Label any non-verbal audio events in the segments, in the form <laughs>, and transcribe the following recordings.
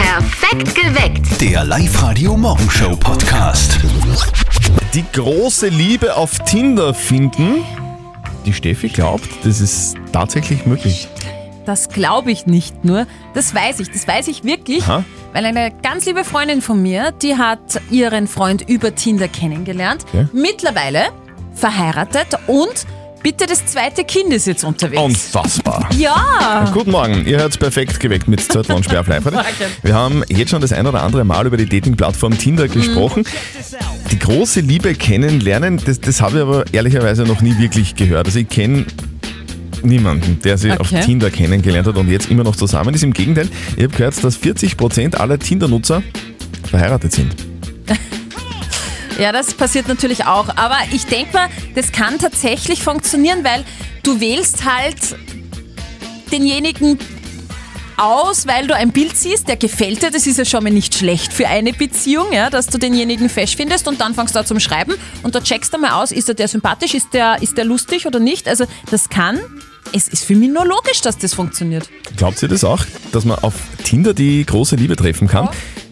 Perfekt geweckt. Der Live-Radio Morgenshow Podcast. die große Liebe auf Tinder finden. Die Steffi glaubt, das ist tatsächlich möglich. Das glaube ich nicht nur, das weiß ich, das weiß ich wirklich, Aha. weil eine ganz liebe Freundin von mir, die hat ihren Freund über Tinder kennengelernt, Okay. mittlerweile verheiratet und bitte das zweite Kind ist jetzt unterwegs. Unfassbar. Ja, Guten Morgen, ihr hört's perfekt geweckt mit Zettel und Sperrfleifer. Wir haben jetzt schon das ein oder andere Mal über die Dating-Plattform Tinder gesprochen. Die große Liebe kennenlernen, das, das habe ich aber ehrlicherweise noch nie wirklich gehört. Also ich kenne niemanden, der sie auf Okay. Tinder kennengelernt hat und jetzt immer noch zusammen ist. Im Gegenteil, ich habe gehört, dass 40% aller Tinder-Nutzer verheiratet sind. ja, das passiert natürlich auch, aber ich denke mal, das kann tatsächlich funktionieren, weil du wählst halt denjenigen aus, weil du ein Bild siehst, der gefällt dir, das ist ja schon mal nicht schlecht für eine Beziehung, ja, dass du denjenigen fesch findest und dann fängst du an zum Schreiben und da checkst du mal aus, ist er der sympathisch, ist der, ist der lustig oder nicht. Also das kann, es ist für mich nur logisch, dass das funktioniert. Glaubt ihr das auch, dass man auf Tinder die große Liebe treffen kann?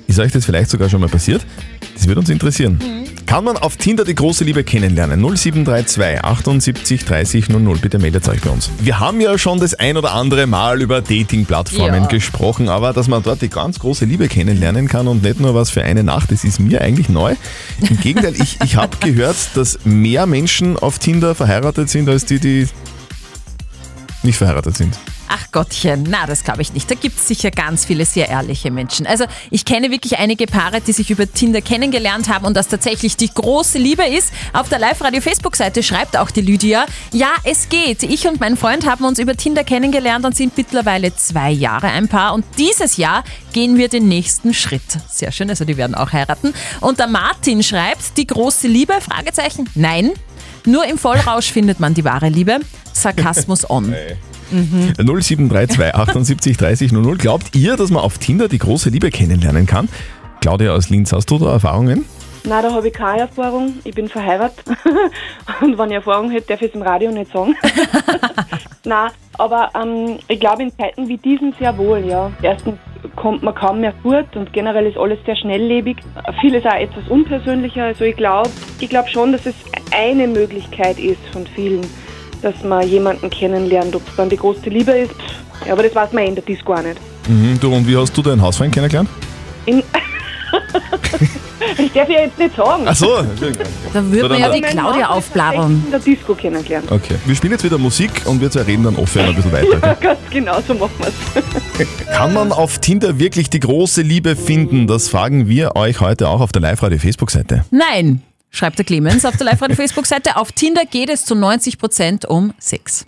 Ist euch das vielleicht sogar schon mal passiert? Das wird uns interessieren. Kann man auf Tinder die große Liebe kennenlernen? 0732 78 30 00. Bitte meldet euch bei uns. Wir haben ja schon das ein oder andere Mal über Dating-Plattformen Ja. gesprochen, aber dass man dort die ganz große Liebe kennenlernen kann und nicht nur was für eine Nacht, das ist mir eigentlich neu. Im Gegenteil, ich, ich habe gehört, dass mehr Menschen auf Tinder verheiratet sind, als die, die nicht verheiratet sind. Ach Gottchen, na, das glaube ich nicht. Da gibt es sicher ganz viele sehr ehrliche Menschen. Also ich kenne wirklich einige Paare, die sich über Tinder kennengelernt haben und das tatsächlich die große Liebe ist. Auf der Live-Radio-Facebook-Seite schreibt auch die Lydia, ja, es geht. Ich und mein Freund haben uns über Tinder kennengelernt und sind mittlerweile zwei Jahre ein Paar und dieses Jahr gehen wir den nächsten Schritt. Sehr schön, also die werden auch heiraten. Und der Martin schreibt, die große Liebe? Fragezeichen. Nein. Nur im Vollrausch <laughs> findet man die wahre Liebe. Sarkasmus on. 0732 78 30 00. Glaubt ihr, dass man auf Tinder die große Liebe kennenlernen kann? Claudia aus Linz, hast du da Erfahrungen? Na, da habe ich keine Erfahrung. Ich bin verheiratet. <laughs> Und wenn ich Erfahrung hätte, darf ich es im Radio nicht <laughs> sagen. Na, aber ähm, ich glaube in Zeiten wie diesen sehr wohl, ja. Erstens kommt man kaum mehr fort und generell ist alles sehr schnelllebig. Vieles auch etwas unpersönlicher. Also ich glaube, ich glaube schon, dass es eine Möglichkeit ist von vielen, dass man jemanden kennenlernt. Ob es dann die große Liebe ist, pff, ja, aber das weiß man eh in der Disco auch nicht. Mhm, du, und wie hast du deinen Hausfreund kennengelernt? In <laughs> ich darf ja jetzt nicht sagen. Ach so. Da würde man Sondern ja da- die Claudia tatsächlich aufblabbern. in der Disco kennengelernt. Okay. Wir spielen jetzt wieder Musik und wir zwei reden dann offen ein bisschen weiter. Okay? Ganz genau so machen wir es. Kann man auf Tinder wirklich die große Liebe finden? Das fragen wir euch heute auch auf der Live-Radio-Facebook-Seite. Nein, schreibt der Clemens auf der Live-Radio-Facebook-Seite. Auf Tinder geht es zu 90% um Sex.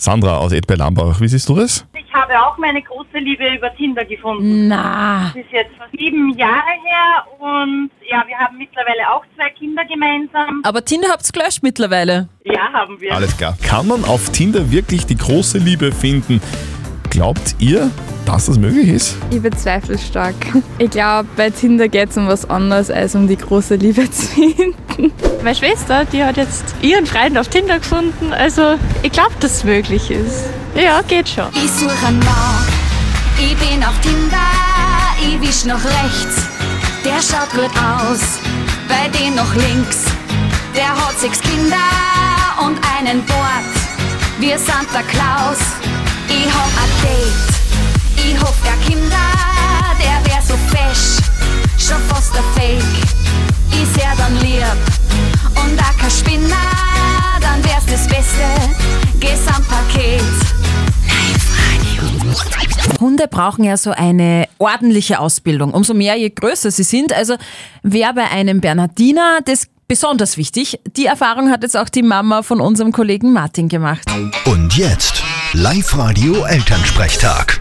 Sandra aus Edbei-Lambach, wie siehst du das? Ich habe auch meine große Liebe über Tinder Mhm. gefunden. Na, Das ist jetzt fast sieben Jahre her und ja, wir haben mittlerweile auch zwei Kinder gemeinsam. aber Tinder habt's gelöscht mittlerweile. Ja, haben wir. Alles klar. Kann man auf Tinder wirklich die große Liebe finden? Glaubt ihr, dass das möglich ist? Ich bezweifle es stark. <laughs> Ich glaube, bei Tinder geht es um was anderes, als um die große Liebe zu finden. Meine Schwester, die hat jetzt ihren Freund auf Tinder gefunden. Also ich glaube, dass es möglich ist. Ja, geht schon. Ich suche einen Mann. Ich bin auf Tinder. Ich wisch nach rechts. Der schaut gut aus. Bei den noch links. Der hat sechs Kinder und einen Bord. Wir sind der Klaus. Ich hab ein Date. Ich hoff er Kinder. Der wär so fesch. Schon fast ein Fake. Ich seh dann lieb. Und auch kein Spinner. Dann wär's das Beste. Gesamtpaket. Hunde brauchen ja so eine ordentliche Ausbildung. Umso mehr, je größer sie sind. Also wer bei einem Bernhardiner, das ist besonders wichtig. Die Erfahrung hat jetzt auch die Mama von unserem Kollegen Martin gemacht. Und jetzt Live-Radio Elternsprechtag.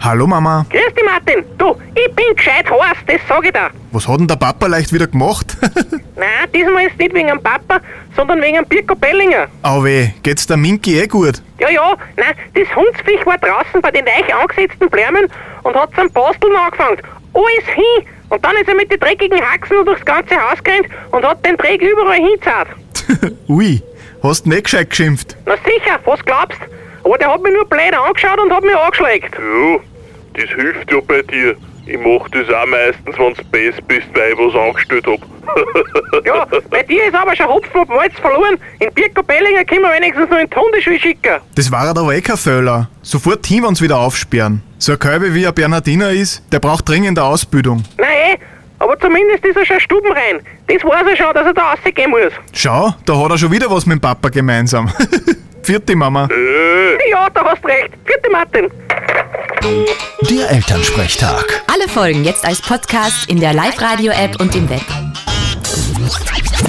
Hallo Mama, Grüß dich, Martin. Hm, Du, ich bin gescheit Horst, das sag ich dir. was hat denn der Papa leicht wieder gemacht? Nein, diesmal ist nicht wegen dem Papa, sondern wegen dem Pirko Bellinger. Auwe, geht's der Minki eh gut? Ja, ja, nein, das Hundsviech war draußen bei den neu angesetzten Blärmen und hat zum Basteln angefangen. Alles hin! Und dann ist er mit den dreckigen Haxen durchs ganze Haus gerannt und hat den Dreck überall hingezahlt. Ui, hast nicht gescheit geschimpft. Na sicher, was glaubst? Aber der hat mich nur blöd angeschaut und hat mich angeschlägt. Ja. Das hilft ja bei dir. Ich mach das auch meistens, wenn's best bist, weil ich was angestellt <laughs> hab. Ja, bei dir ist aber schon Hopfen und Malz verloren. In Birko Bellinger können wir wenigstens noch in die Hundeschule schicken. Das war halt aber eh kein Fehler. Sofort hin, wenn's wieder aufsperren. So ein Kälbe wie ein Bernhardiner ist, der braucht dringend eine Ausbildung. Nein, eh, aber zumindest ist er schon Stuben rein. Das weiß er schon, dass er da rausgehen muss. Schau, da hat er schon wieder was mit dem Papa gemeinsam. <laughs> Vierte Mama. Ja, da hast recht. Vierte Martin. Der Elternsprechtag. Alle Folgen jetzt als Podcast in der Live-Radio-App und im Web.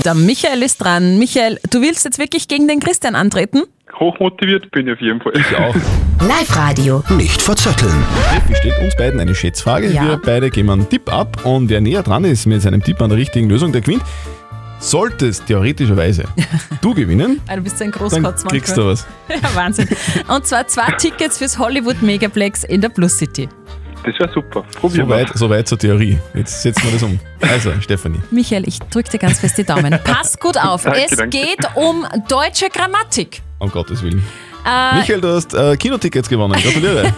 Der Michael ist dran. Michael, du willst jetzt wirklich gegen den Christian antreten? Hochmotiviert bin ich auf jeden Fall. Ich auch. Live-Radio. Nicht verzetteln. Hier steht uns beiden eine Schätzfrage. Ja. Wir beide geben einen Tipp ab und wer näher dran ist mit seinem Tipp an der richtigen Lösung, der gewinnt. Solltest theoretischerweise du gewinnen, Ah, du bist ein dann Großkotz manchmal. kriegst du was. <laughs> Ja, Wahnsinn. Und zwar zwei Tickets fürs Hollywood Megaplex in der Plus City. Das wäre super. Probieren wir. Soweit so weit zur Theorie. Jetzt setzen wir das um. Also, Stefanie. Michael, ich drücke dir ganz fest die Daumen. Pass gut auf. Danke, es danke. geht um deutsche Grammatik. Um Gottes Willen. Äh, Michael, du hast äh, Kinotickets gewonnen. <laughs> Gratuliere.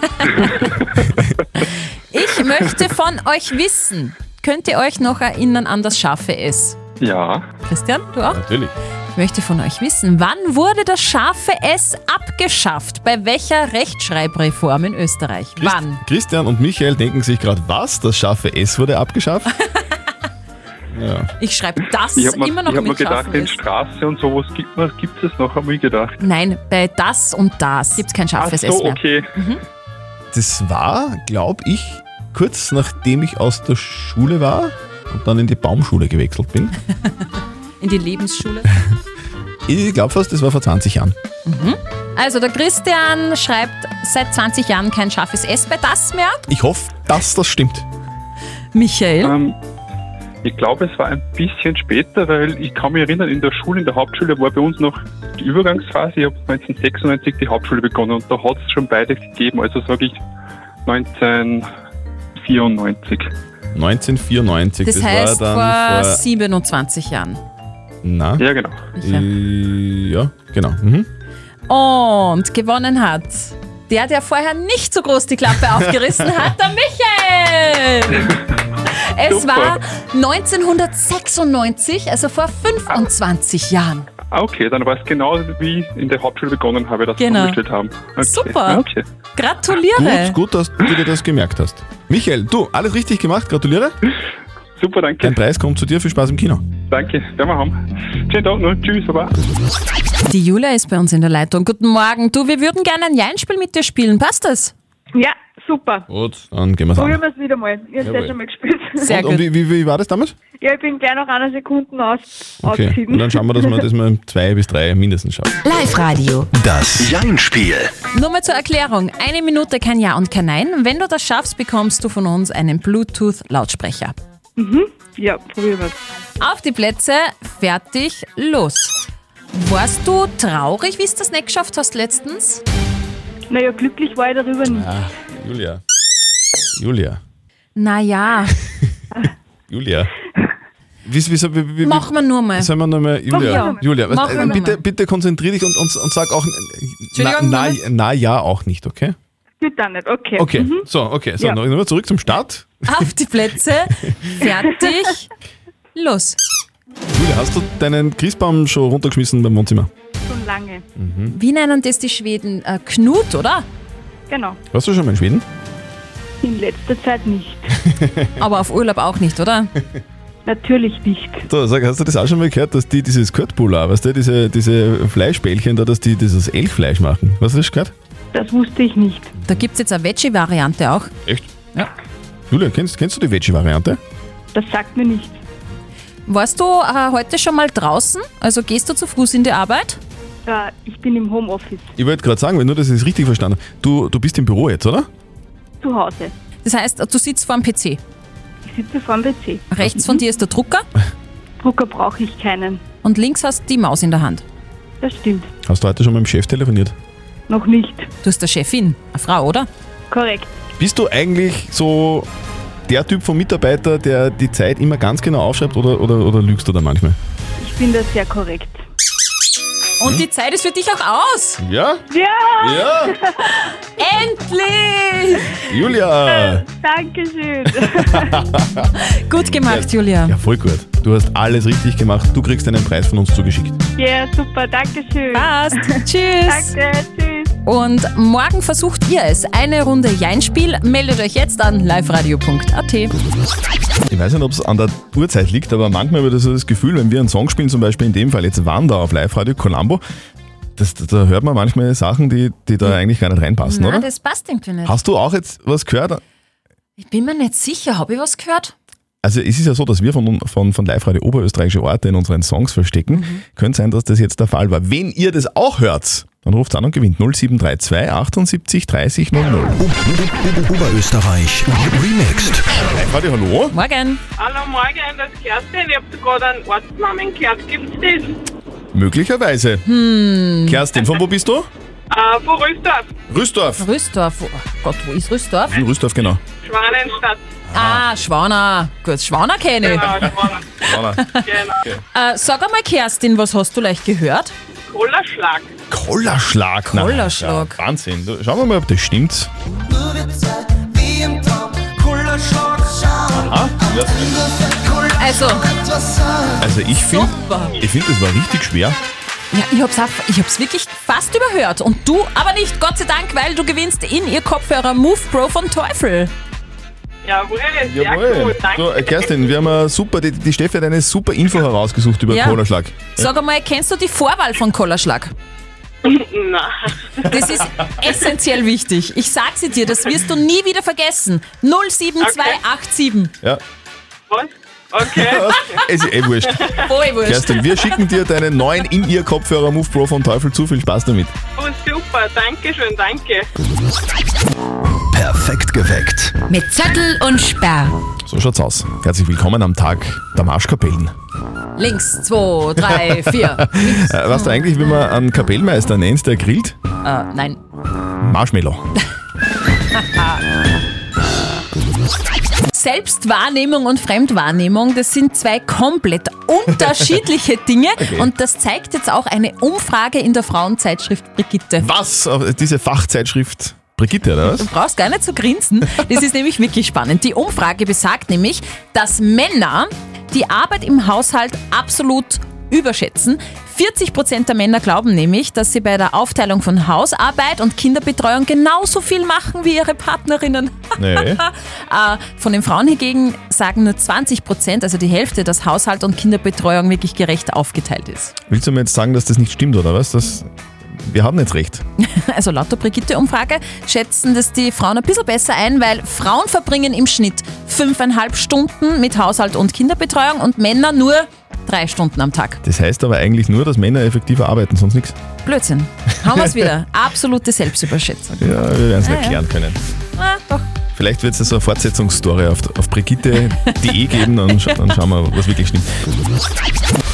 Ich möchte von euch wissen, könnt ihr euch noch erinnern an das scharfe S? Ja, Christian, du auch? natürlich. Ich möchte von euch wissen, wann wurde das scharfe S abgeschafft? Bei welcher Rechtschreibreform in Österreich? Wann? Christian und Michael denken sich gerade, was? Das scharfe S wurde <laughs> abgeschafft? ja. Ich schreibe das ich habe mir, immer noch ich hab mir mit gedacht, scharfem in S. Straße und sowas gibt es gibt es noch einmal gedacht. Nein, bei das und das gibt es kein Ach scharfes S so, mehr. okay. Das war, glaube ich, kurz nachdem ich aus der Schule war und dann in die Baumschule gewechselt bin. In die Lebensschule. Ich glaube fast, das war vor 20 Jahren. Also der Christian schreibt seit 20 Jahren kein scharfes S bei das mehr. Ich hoffe, dass das stimmt. Michael? Ah, Ähm, ich glaube, es war ein bisschen später, weil ich kann mich erinnern, in der Schule, in der Hauptschule war bei uns noch die Übergangsphase. Ich habe 1996 die Hauptschule begonnen und da hat es schon beide gegeben. Also sage ich 1994. 1994. Das, heißt war vor, dann vor. 27 Jahren. na? Ja, genau. Ja, genau. Mhm. Und gewonnen hat der, der vorher nicht so groß die <laughs> Klappe aufgerissen hat, der Michael. Es Super. war 1996, also vor 25 Jahren. Ah, Okay, dann war es genau wie ich in der Hauptschule begonnen habe, dass Genau. wir umgestellt haben. Okay. Super. Okay. Gratuliere. Gut, gut, dass du dir das gemerkt hast. Michael, du, alles richtig gemacht, gratuliere. Super, danke. Dein Preis kommt zu dir, viel Spaß im Kino. Danke, werden wir haben. Schönen Tag noch. Tschüss, baba. Die Julia ist bei uns in der Leitung. Guten Morgen. Du, wir würden gerne ein Jeinspiel mit dir spielen. Passt das? Ja, super. Gut, dann gehen wir's an. Probieren wir es wieder mal. Ich habe Jawohl. ja schon mal gespielt. und, um und wie, wie, wie war das damals? Ja, ich bin gleich nach einer Sekunde aus. Okay, ausgeschieden. und dann schauen wir, <laughs> dass wir das mal zwei bis drei mindestens schaffen. Live-Radio. Das Jein-Spiel. Nur mal zur Erklärung. Eine Minute kein Ja und kein Nein. Wenn du das schaffst, bekommst du von uns einen Bluetooth-Lautsprecher. Mhm. Ja, probieren wir es. Auf die Plätze, fertig, los. Warst du traurig, wie du das nicht geschafft hast letztens? Naja, glücklich war ich darüber nicht. Ach, Julia. Julia. Naja, Julia. Wieso, wieso, wie, wie, machen wir nur mal. Sollen wir nochmal, Julia, Mach ja. Julia, was, Mach äh, ja nochmal. bitte, bitte konzentrier dich und, und, und sag auch na, Entschuldigung, na, na ja auch nicht, okay? Geht dann nicht. Okay. Okay, Mhm. so, okay, so, Ja. noch nochmal zurück zum Start. Auf die Plätze, fertig, los. Julia, hast du deinen Christbaum schon runtergeschmissen beim Wohnzimmer? Schon lange. Wie nennen das die Schweden? Äh, Knut, oder? Genau. Warst du schon mal in Schweden? In letzter Zeit nicht. Aber auf Urlaub auch nicht, oder? Natürlich nicht. So, sag, hast du das auch schon mal gehört, dass die dieses Köttbullar, weißt du, diese, diese Fleischbällchen da, dass die dieses Elchfleisch machen? Hast du das gehört? Das wusste ich nicht. Da gibt es jetzt eine Veggie-Variante auch. Echt? Ja. Julia, kennst, kennst du die Veggie-Variante? Das sagt mir nichts. Warst du äh, heute schon mal draußen? Also gehst du zu Fuß in die Arbeit? Äh, ich bin im Homeoffice. Ich wollte gerade sagen, wenn du das jetzt richtig verstanden hast, du, du bist im Büro jetzt, oder? Zu Hause. Das heißt, du sitzt vor dem PC. Ich sitze vor dem PC. Rechts von dir ist der Drucker Drucker brauche ich keinen. und links hast du die Maus in der Hand. Das stimmt. Hast du heute schon mit dem Chef telefoniert? Noch nicht. Du bist der Chefin, eine Frau, oder? Korrekt. Bist du eigentlich so der Typ von Mitarbeiter, der die Zeit immer ganz genau aufschreibt oder, oder, oder lügst du da manchmal? Ich bin da sehr korrekt. Und die Zeit ist für dich auch aus. Ja? Ja! Ja! Endlich! Julia! Dankeschön. Gut gemacht, Julia. Ja, voll gut. Du hast alles richtig gemacht. Du kriegst einen Preis von uns zugeschickt. Ja, super, Dankeschön. Passt. Tschüss. Danke, tschüss. Und morgen versucht ihr es. Eine Runde Jeinspiel. Meldet euch jetzt an liveradio.at. Ich weiß nicht, ob es an der Uhrzeit liegt, aber manchmal habe ich so das Gefühl, wenn wir einen Song spielen, zum Beispiel in dem Fall jetzt Wanda auf Live-Radio Colombo, das, da, da hört man manchmal Sachen, die, die da eigentlich gar nicht reinpassen, Nein, oder? Ah, das passt irgendwie nicht. Hast du auch jetzt was gehört? Ich bin mir nicht sicher. Habe ich was gehört? Also es ist ja so, dass wir von, von, von Live-Radio oberösterreichische Orte in unseren Songs verstecken. Mhm. Könnte sein, dass das jetzt der Fall war. Wenn ihr das auch hört, dann ruft an und gewinnt 0732 78 30 00. Oberösterreich Remixed. Live-Radio, hallo? Morgen. Hallo, morgen, das ist Kerstin. Ich habe sogar einen Ortsnamen gehört. Gibt's das? Möglicherweise. Hm. Kerstin, von wo bist du? Äh, von Rüstorf, Rüstorf. Rüstorf. Oh Gott, wo ist Rüstorf? In Rüstorf, genau. Schwanenstadt. Ah, Schwaner. Gut, Schwaner kenne ich. Genau, Schwaner. genau. Äh, sag einmal, Kerstin, was hast du leicht gehört? Kollerschlag. Kollerschlag. Na, Kollerschlag. Ja, Wahnsinn. Du, Schauen wir mal, ob das stimmt. Aha. Ja. Also, Also ich finde, Super. ich finde, das war richtig schwer. ja, ich hab's, auch, ich hab's wirklich fast überhört. Und du aber nicht, Gott sei Dank, weil du gewinnst in ihr Kopfhörer Move Pro von Teufel. Jawohl, sehr Jawohl. gut, danke. So, äh, <laughs> Kerstin, wir haben eine super, die, die Steffi hat eine super Info herausgesucht über Ja. Kollerschlag. Sag einmal, kennst du die Vorwahl von Kollerschlag? <laughs> Nein. <laughs> Das ist essentiell wichtig. Ich sag sie dir, das wirst du nie wieder vergessen. 07287. <laughs> Ja. Was? Okay. Es ist eh wurscht. Voll wurscht. Kerstin, wir schicken dir deinen neuen In-Ear-Kopfhörer Move Pro von Teufel zu. Viel Spaß damit. Oh, super, danke schön, danke. Perfekt geweckt. Mit Zettel und Sperr. So schaut's aus. Herzlich willkommen am Tag der Marschkapellen. Links, 2, 3, <laughs> 4. Äh, weißt du eigentlich, wie man einen Kapellmeister nennt, der grillt? Nein. Marshmallow. Selbstwahrnehmung und Fremdwahrnehmung, das sind zwei komplett <laughs> unterschiedliche Dinge. Okay. Und das zeigt jetzt auch eine Umfrage in der Frauenzeitschrift Brigitte. Was? Auf Diese Fachzeitschrift Brigitte, oder <laughs> was? Du brauchst gar nicht zu grinsen. Das ist nämlich wirklich spannend. Die Umfrage besagt nämlich, dass Männer die Arbeit im Haushalt absolut überschätzen. 40% der Männer glauben nämlich, dass sie bei der Aufteilung von Hausarbeit und Kinderbetreuung genauso viel machen wie ihre Partnerinnen. <laughs> Nee. Äh, Von den Frauen hingegen sagen nur 20%, also die Hälfte, dass Haushalt und Kinderbetreuung wirklich gerecht aufgeteilt ist. Willst du mir jetzt sagen, dass das nicht stimmt, oder was? Das, wir haben nicht recht. Also laut der Brigitte-Umfrage schätzen das die Frauen ein bisschen besser ein, weil Frauen verbringen im Schnitt fünfeinhalb Stunden mit Haushalt und Kinderbetreuung und Männer nur drei Stunden am Tag. Das heißt aber eigentlich nur, dass Männer effektiver arbeiten, sonst nichts. Blödsinn. Haben wir es <laughs> wieder. Absolute Selbstüberschätzung. Ja, wir werden es Ah, nicht ja. klären können. Ah, doch. Vielleicht wird es so eine Fortsetzungsstory auf, auf <laughs> brigitte.de geben, dann, scha dann schauen wir, was wirklich stimmt.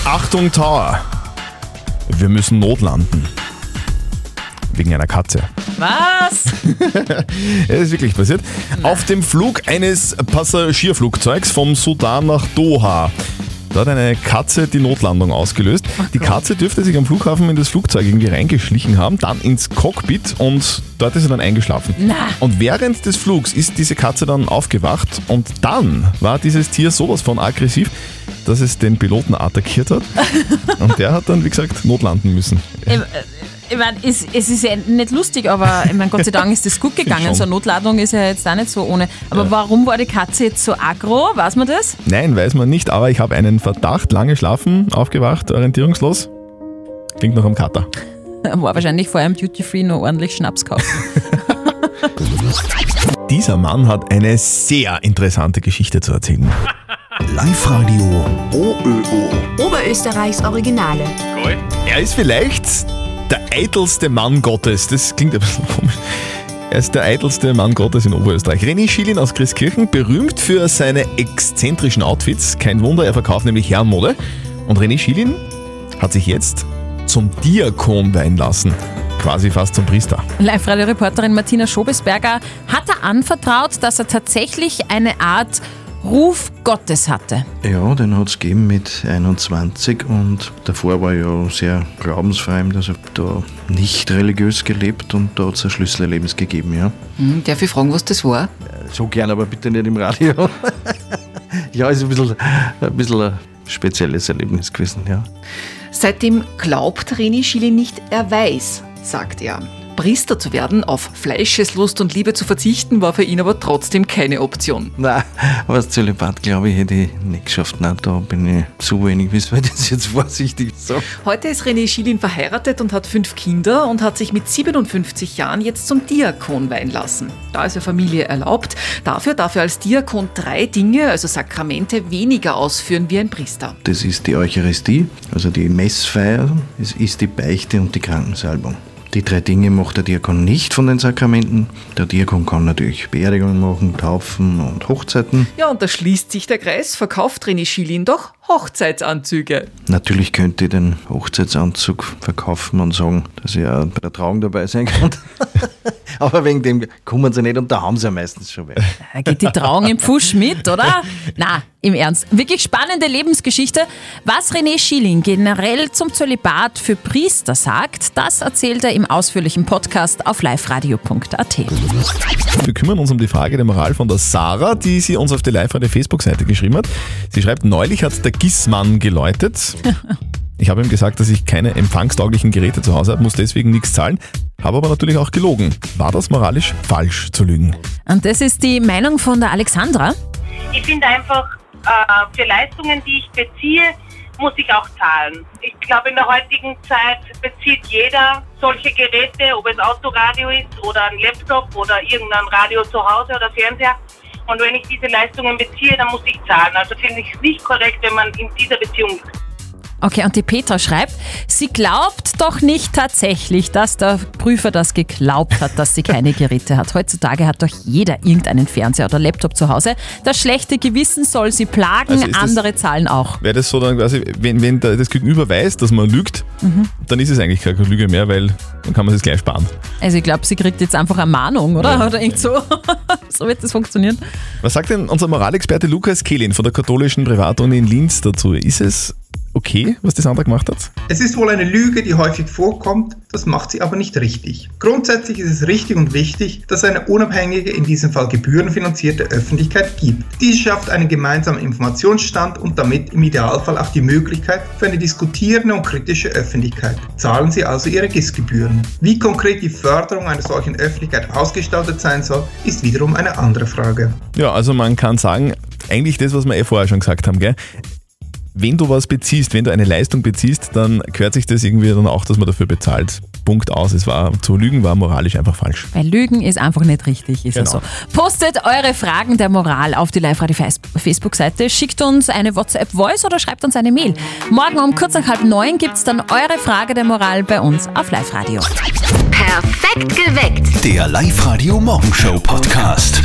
Achtung Tower! Wir müssen notlanden. Wegen einer Katze. Was? <laughs> Ja, das ist wirklich passiert. Auf dem Flug eines Passagierflugzeugs vom Sudan nach Doha. Da hat eine Katze die Notlandung ausgelöst. Die Katze dürfte sich am Flughafen in das Flugzeug irgendwie reingeschlichen haben, dann ins Cockpit und dort ist sie dann eingeschlafen. Und während des Flugs ist diese Katze dann aufgewacht und dann war dieses Tier sowas von aggressiv, dass es den Piloten attackiert hat. und der hat dann, wie gesagt, notlanden müssen. Ich, äh, ich meine, es, es ist ja nicht lustig, aber ich mein, Gott sei Dank ist das gut gegangen. Schon. So eine Notladung ist ja jetzt auch nicht so ohne. Aber warum war die Katze jetzt so aggro? Weiß man das? Nein, weiß man nicht, aber ich habe einen Verdacht. Lange schlafen, aufgewacht, orientierungslos. Klingt nach einem Kater. War wahrscheinlich vor einem Duty-Free noch ordentlich Schnaps kaufen. Dieser Mann hat eine sehr interessante Geschichte zu erzählen. Live-Radio OÖO. Oberösterreichs Originale. Er ist vielleicht der eitelste Mann Gottes. Das klingt ein bisschen komisch. Er ist der eitelste Mann Gottes in Oberösterreich. René Schilin aus Christkirchen, berühmt für seine exzentrischen Outfits. Kein Wunder, er verkauft nämlich Herrenmode. Und René Schilin hat sich jetzt zum Diakon weihen lassen. Quasi fast zum Priester. Live-Radio-Reporterin Martina Schobesberger hat er anvertraut, dass er tatsächlich eine Art Ruf Gottes hatte. Ja, den hat es gegeben mit 21 und davor war ich ja sehr glaubensfremd, also hab da nicht religiös gelebt und da hat es ein Schlüsselerlebnis gegeben, ja. Hm, darf ich fragen, was das war? So gern, aber bitte nicht im Radio. ja, ist ein bisschen, ein bisschen ein spezielles Erlebnis gewesen, ja. Seitdem glaubt René Schili nicht, er weiß, sagt er. Priester zu werden, auf Fleischeslust und Liebe zu verzichten, war für ihn aber trotzdem keine Option. Nein, aber das Zölibat, glaube ich, hätte ich nicht geschafft. Nein, da bin ich zu wenig, wie soll ich das jetzt <laughs> vorsichtig sagen? Heute ist René Schilin verheiratet und hat fünf Kinder und hat sich mit 57 Jahren jetzt zum Diakon weihen lassen. Da ist ja Familie erlaubt. Dafür darf er als Diakon drei Dinge, also Sakramente, weniger ausführen wie ein Priester. Das ist die Eucharistie, also die Messfeier, es ist die Beichte und die Krankensalbung. Die drei Dinge macht der Diakon nicht von den Sakramenten. Der Diakon kann natürlich Beerdigungen machen, Taufen und Hochzeiten. Ja, und da schließt sich der Kreis, verkauft René Schilin doch Hochzeitsanzüge. Natürlich könnte ich den Hochzeitsanzug verkaufen und sagen, dass ich auch bei der Trauung dabei sein kann. <laughs> Aber wegen dem kommen sie nicht und da haben sie ja meistens schon weg. Da geht die Trauung im Pfusch mit, oder? Na, im Ernst. Wirklich spannende Lebensgeschichte. Was René Schilling generell zum Zölibat für Priester sagt, das erzählt er im ausführlichen Podcast auf liveradio.at. Wir kümmern uns um die Frage der Moral von der Sarah, die sie uns auf der Live-Radio-Facebook-Seite geschrieben hat. Sie schreibt, neulich hat der Gissmann geläutet. Ich habe ihm gesagt, dass ich keine empfangstauglichen Geräte zu Hause habe, muss deswegen nichts zahlen, habe aber natürlich auch gelogen. War das moralisch falsch zu lügen? Und das ist die Meinung von der Alexandra. Ich finde einfach, äh, für Leistungen, die ich beziehe, muss ich auch zahlen. Ich glaube, in der heutigen Zeit bezieht jeder solche Geräte, ob es Autoradio ist oder ein Laptop oder irgendein Radio zu Hause oder Fernseher. Und wenn ich diese Leistungen beziehe, dann muss ich zahlen. Also finde ich es nicht korrekt, wenn man in dieser Beziehung Okay, und die Petra schreibt, sie glaubt doch nicht tatsächlich, dass der Prüfer das geglaubt hat, dass sie keine Geräte hat. Heutzutage hat doch jeder irgendeinen Fernseher oder Laptop zu Hause. Das schlechte Gewissen soll sie plagen, Also ist das- andere zahlen auch. Wäre das so dann quasi, wenn, wenn der- das Gegenüber weiß, dass man lügt, Mhm. dann ist es eigentlich keine Lüge mehr, weil dann kann man es gleich sparen. Also ich glaube, sie kriegt jetzt einfach eine Mahnung, oder? Ja. Oder irgend so. <laughs> so wird das funktionieren. Was sagt denn unser Moralexperte Lukas Kehlin von der katholischen Privatuni in Linz dazu? Ist es okay, was die Sandra gemacht hat? Es ist wohl eine Lüge, die häufig vorkommt, das macht sie aber nicht richtig. Grundsätzlich ist es richtig und wichtig, dass es eine unabhängige, in diesem Fall gebührenfinanzierte Öffentlichkeit gibt. Dies schafft einen gemeinsamen Informationsstand und damit im Idealfall auch die Möglichkeit für eine diskutierende und kritische Öffentlichkeit. Zahlen Sie also Ihre GIS-Gebühren. Wie konkret die Förderung einer solchen Öffentlichkeit ausgestaltet sein soll, ist wiederum eine andere Frage. Ja, also man kann sagen, eigentlich das, was wir eh vorher schon gesagt haben, gell? Wenn du was beziehst, wenn du eine Leistung beziehst, dann gehört sich das irgendwie dann auch, dass man dafür bezahlt. Punkt aus. Es war zu lügen, war moralisch einfach falsch. Weil Lügen ist einfach nicht richtig, ist ja Genau. so. Postet eure Fragen der Moral auf die Live-Radio-Facebook-Seite, schickt uns eine WhatsApp-Voice oder schreibt uns eine Mail. Morgen um kurz nach halb neun gibt es dann eure Frage der Moral bei uns auf Live-Radio. Perfekt geweckt. Der Live-Radio Morgenshow Podcast.